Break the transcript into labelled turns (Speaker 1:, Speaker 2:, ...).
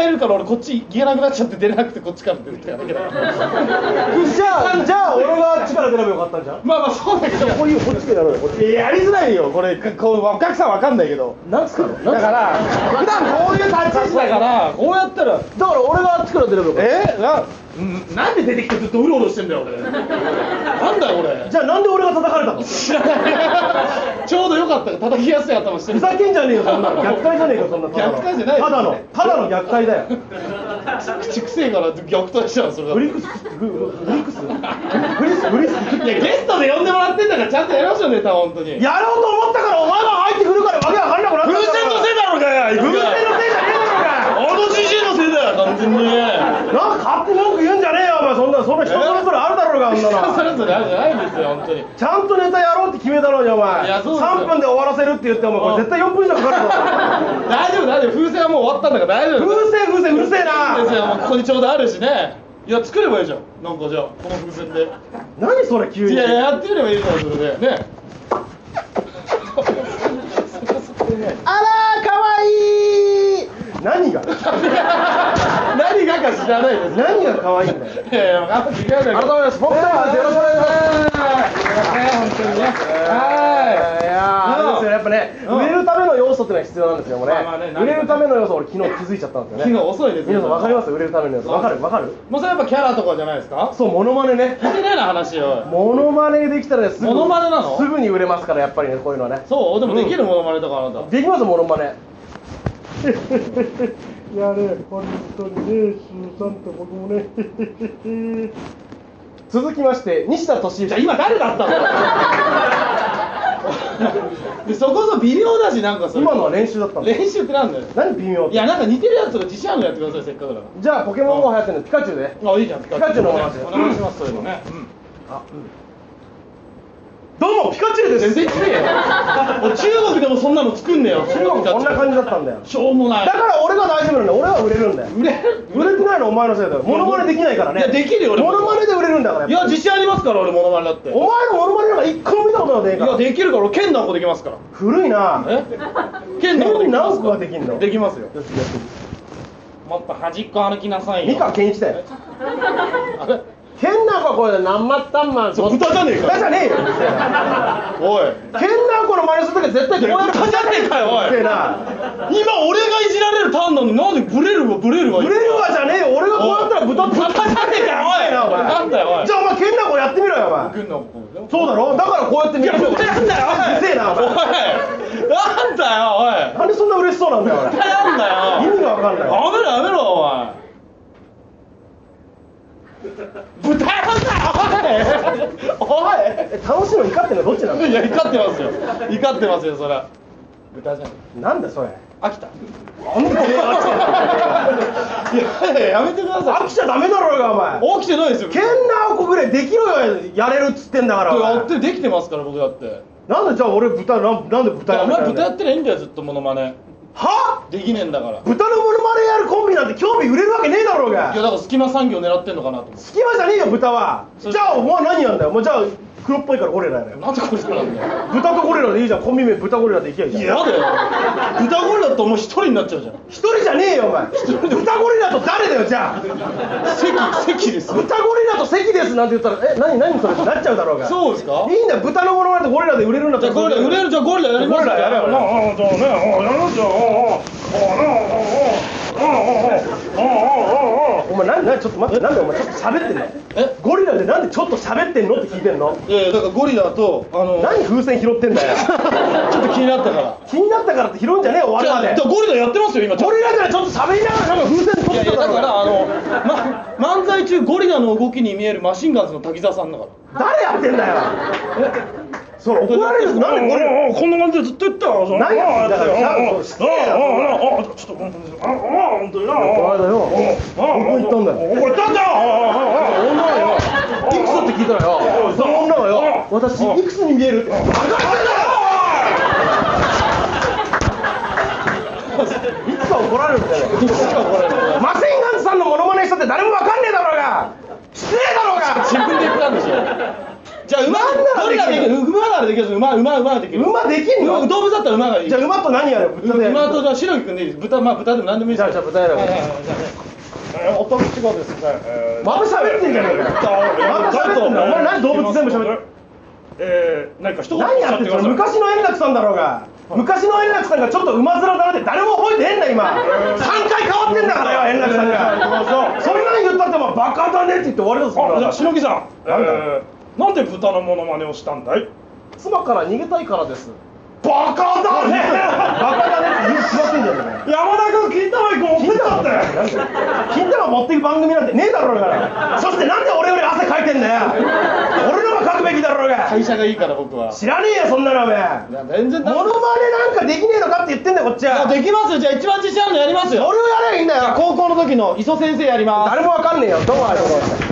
Speaker 1: えるから俺こっち行けなくなっちゃって出れなくてこっちから出てきただけだから
Speaker 2: じゃあじゃあ俺があっちから出ればよかったんじゃん
Speaker 1: まあまあそうだけど
Speaker 2: こういうこっちでやろうよこっち
Speaker 1: いややりづらいよこれこうお客さんわかんないけど
Speaker 2: なんすか
Speaker 1: だから普段こういう立ち位置だからこうやったら
Speaker 2: だから俺があっちから出ればよかっ
Speaker 1: えなうんなんで出てきてずっとうろうろしてんだよ俺なんだよ俺
Speaker 2: たじゃあなんで俺が叩かれたのふ
Speaker 1: ちょうどよかったから叩きやすい頭してる
Speaker 2: ざけんじゃねえよそ んなの虐待じゃねえよそんなの
Speaker 1: 虐待じゃない
Speaker 2: ただのただの虐待だよ
Speaker 1: 口くせえから虐待しちゃうそれ
Speaker 2: ブリ
Speaker 1: だ
Speaker 2: ックスブブリックスブリックスブリックス
Speaker 1: いやゲストで呼んでもらってんだからちゃんとやりましょうネタ本当に
Speaker 2: やろうと思ったからお前が入ってくるからわけわかんなくなった
Speaker 1: 偶
Speaker 2: んだ
Speaker 1: 然
Speaker 2: から
Speaker 1: のせいだろうが偶然
Speaker 2: 偶然のせいじゃねえだろ
Speaker 1: あのじじいのせいだよ完全に
Speaker 2: うがなんか勝手に文句言うんじゃねえよお前そんなそんな人それぞれあるだろうがあん な
Speaker 1: 人
Speaker 2: の
Speaker 1: それぞれあるじゃないんですよ本当に
Speaker 2: ちゃんとネタやろうって決めたのにお前
Speaker 1: いやそうですよ
Speaker 2: 3分で終わらせるって言ってお前これ絶対4分以上かか るぞ
Speaker 1: 大丈夫大丈夫風船はもう終わったんだから大丈夫
Speaker 2: 風船風船うるせえ
Speaker 1: 風船
Speaker 2: な
Speaker 1: はもうここにちょうどあるしねいや作ればいいじゃんなんかじゃあこの風船で
Speaker 2: 何それ急
Speaker 1: い
Speaker 2: に
Speaker 1: ややってみればいいじゃんそれでね
Speaker 2: あらかわいい何が
Speaker 1: 何がか知らないです
Speaker 2: 何が可愛いんだよ
Speaker 1: いやいや分かんない違うだろ
Speaker 2: ましてポップターですよろしくお願いします
Speaker 1: はい本当にねはい
Speaker 2: いやーあれですよねやっぱね
Speaker 1: うん
Speaker 2: 売れるための要素っていうのは必要なんですよもうね
Speaker 1: まあまあね
Speaker 2: 売れるための要素俺昨日気づいちゃったんですよね
Speaker 1: 昨日遅いです
Speaker 2: 皆さんわかります
Speaker 1: も
Speaker 2: 売れるための要素わかるわかる
Speaker 1: うそれやっぱキャラとかじゃないですか
Speaker 2: そうモノマネね
Speaker 1: 聞いてないな話よ
Speaker 2: モノマネできたらねすぐ
Speaker 1: モノマネなの
Speaker 2: すぐに売れますからやっぱりねこういうのはね
Speaker 1: そうでもできるものまねとかあなた
Speaker 2: できますモノマネ やれ本当にねスーさんと僕もね続きまして西田敏行
Speaker 1: じゃあ今誰だったのでそこそ微妙だしなんかそれ
Speaker 2: 今のは練習だったんだ
Speaker 1: 練習ってなんだよ
Speaker 2: 何微妙って
Speaker 1: いやなんか似てるやつとか自信あるのやってくださいせっかくだか
Speaker 2: じゃあポケモン GO 流行ってるのピカチュウで
Speaker 1: らあいいじゃんピ
Speaker 2: カチュウのお話
Speaker 1: お願いしますそういうのね、
Speaker 2: あどうもピカチュ
Speaker 1: う
Speaker 2: ウ
Speaker 1: ん、
Speaker 2: です
Speaker 1: 全然違 えよ俺中国でもそんなの作んねよ
Speaker 2: 中国こんな感じだったんだよ
Speaker 1: しょうもない
Speaker 2: だから俺が大丈夫なんだよ俺は売れるんだよ
Speaker 1: 売れる
Speaker 2: 売れてないのお前のせいだよモノマネできないからね
Speaker 1: いやできるよ俺も
Speaker 2: モノマネで売れるんだから
Speaker 1: いや
Speaker 2: っぱり
Speaker 1: 自信ありますから俺モノマネだって
Speaker 2: お前のモノマネなんか一個も見たことなんかねえ
Speaker 1: い
Speaker 2: か
Speaker 1: や
Speaker 2: ら
Speaker 1: できるから俺剣断固できますから
Speaker 2: 古いな
Speaker 1: え剣断固できま
Speaker 2: 何
Speaker 1: す
Speaker 2: 個
Speaker 1: か
Speaker 2: ができんの
Speaker 1: らできますよ
Speaker 2: よしよし
Speaker 1: もっと端っこ歩きなさいよ
Speaker 2: 美川健一だよ
Speaker 1: あれ
Speaker 2: 変な子これで何まったんまん
Speaker 1: それ豚じゃねえか
Speaker 2: 豚じゃねえようるせえな
Speaker 1: おい
Speaker 2: 変な子の真似するときは絶対こう やって
Speaker 1: 豚じゃねえかよおいう
Speaker 2: るせえな
Speaker 1: 今俺がいじられるターンなのになんでブレるわブレるわ
Speaker 2: 売れるわじゃねえよ俺がこうやったら豚
Speaker 1: 豚じゃねえかよおい
Speaker 2: お前
Speaker 1: なんだよおい
Speaker 2: じゃあお前変な子やってみろよお前
Speaker 1: 剣断固
Speaker 2: そうだろだからこうやって
Speaker 1: い
Speaker 2: 見
Speaker 1: や
Speaker 2: る
Speaker 1: 豚なんだよおいう
Speaker 2: るせえなお
Speaker 1: おいなんだよおい
Speaker 2: 前なんでそんな嬉しそうなんだよ
Speaker 1: な
Speaker 2: 俺
Speaker 1: んだよ
Speaker 2: 意味がわかんない
Speaker 1: やめろやめろお前豚なんだよおいおい
Speaker 2: え楽しいの怒ってんのどっちなの
Speaker 1: いや怒ってますよ怒ってますよそれ豚じゃん
Speaker 2: なんだそれ
Speaker 1: 飽きた
Speaker 2: あんな手が
Speaker 1: いやいややめてくださ
Speaker 2: 飽きちゃダメだろうがお
Speaker 1: い
Speaker 2: 前
Speaker 1: 起きてないですよ
Speaker 2: ケンナオコぐらいできろよやれるっつってんだからお前
Speaker 1: やってできてますから僕だって
Speaker 2: なんでじゃあ俺豚なんなんで豚や
Speaker 1: お
Speaker 2: めた
Speaker 1: 前
Speaker 2: ん
Speaker 1: 豚
Speaker 2: だ
Speaker 1: や
Speaker 2: よ
Speaker 1: ってりゃいいんだよずっとモノマネ
Speaker 2: は
Speaker 1: できねえんだからい
Speaker 2: 豚のモノマネやるコンビなんて興味売れるわけねえだろうが
Speaker 1: やだから隙間産業狙ってんのかなと思って
Speaker 2: 隙間じゃねえよ豚は
Speaker 1: そ
Speaker 2: じ
Speaker 1: う
Speaker 2: ゃあお前何やんだよもうじゃあ黒っぽいからゴリラやれよ
Speaker 1: なんでこれそうなんだよ
Speaker 2: 豚とゴリラでいいじゃんコンビ名豚ゴリラでいけばいいじゃん
Speaker 1: いやだよ豚ゴリラってお前一人になっちゃうじゃん
Speaker 2: 一人じゃねえよお前豚ゴリラと誰だよじゃあ
Speaker 1: 席席ですよ
Speaker 2: 豚ゴリラと関ですなんて言ったらえ何何それってなっちゃうだろうが
Speaker 1: そうですか
Speaker 2: いいんだよ豚のものまねでゴリラで売れるんだっ
Speaker 1: じ
Speaker 2: た
Speaker 1: ゃあ
Speaker 2: ら
Speaker 1: ゴリラ売れるじゃあゴリラやります
Speaker 2: ゴリラやれよ
Speaker 1: なああじゃあねああやりますよああああああああああああああああ
Speaker 2: お前なんでなんでちょっと待ってなんでお前ちょっと喋ってんの
Speaker 1: え
Speaker 2: ゴリラでなんでちょっと喋ってんのって聞いてんの
Speaker 1: ええだからゴリラとあの
Speaker 2: 何風船拾ってんだよ
Speaker 1: ちょっと気になったから
Speaker 2: 気になったからって拾うんじゃねえよ終
Speaker 1: じゃ
Speaker 2: わ
Speaker 1: あ
Speaker 2: るま
Speaker 1: じ
Speaker 2: で
Speaker 1: ゃあゴリラやってますよ今ちょ
Speaker 2: ゴリラじゃないちょっと喋りながらなんか風船
Speaker 1: い
Speaker 2: 取っ
Speaker 1: やい
Speaker 2: て
Speaker 1: や
Speaker 2: た
Speaker 1: だか
Speaker 2: だろう
Speaker 1: ら
Speaker 2: が
Speaker 1: あの、ま、漫才中ゴリラの動きに見えるマシンガンズの滝沢さんだから
Speaker 2: 誰やってんだよそれ怒られるぞなんでゴリラ
Speaker 1: ああこんな感じでずっと言ったからそ
Speaker 2: 何やってんだよ
Speaker 1: ああ
Speaker 2: 失礼だよ
Speaker 1: ああああちょっとごめんなさいああああ本当になあ
Speaker 2: お前だ
Speaker 1: あ
Speaker 2: よ
Speaker 1: あああ
Speaker 2: どこ行ったんだよ
Speaker 1: どこ行ったんだよああああああ
Speaker 2: 女がよいくつって聞いたらよその女がよ私いくつに見えるって
Speaker 1: バカだろおい
Speaker 2: いつか怒られるんだよマシンガンズさんのモノマネしたって誰もわかんねえだろうが失礼だろうが
Speaker 1: 自分で言ったんでしょじゃあ馬
Speaker 2: なんなら
Speaker 1: どれができる馬ならできる馬馬馬ができる
Speaker 2: 馬できんの
Speaker 1: 馬動物だったら馬がいい
Speaker 2: じゃあ馬と何やる豚でやる
Speaker 1: 馬とじゃあ白木君でいいです豚まあ豚でも何でもいい
Speaker 2: じ
Speaker 1: で
Speaker 2: ゃ
Speaker 1: す
Speaker 2: あじゃあ豚やろう
Speaker 3: 男違うですね。えー
Speaker 2: また喋ってんじゃねえかまた喋ってんだお前何動物全部喋って。
Speaker 3: えー、何か一言
Speaker 2: 何やってんの昔の円楽さんだろうが昔の円楽さんがちょっと馬面だなって誰も覚えてへんだ今3回変わってんだからよ円楽さんがそんなに言ったってお前バカだねって言って終わりだぞ
Speaker 3: あ、
Speaker 2: そん
Speaker 3: じゃ
Speaker 2: な
Speaker 3: あ、しのぎさん。
Speaker 2: なんだ
Speaker 3: えーなんで豚のモノマネをしたんだい
Speaker 2: 妻から逃げたいからです
Speaker 3: バカだね
Speaker 2: バカだねって言うに決まってんじゃね
Speaker 3: 山田君、金玉一個持ってきたって
Speaker 2: えか金玉持っていく番組なんてねえだろうがそしてなんで俺より汗かいてんだよ俺のが書くべきだろうが
Speaker 1: 会社がいいから僕は
Speaker 2: 知らねえよそんなのおめ
Speaker 1: い
Speaker 2: え
Speaker 1: や全然
Speaker 2: モノマネなんかできねえのかって言ってんだよこっち
Speaker 1: あ
Speaker 2: は
Speaker 1: できますよじゃあ一番自信あるのやりますよ
Speaker 2: 俺をやればいいんだよ
Speaker 1: 高校の時の磯先生やります
Speaker 2: 誰もわかんねえよどうもありがとうございました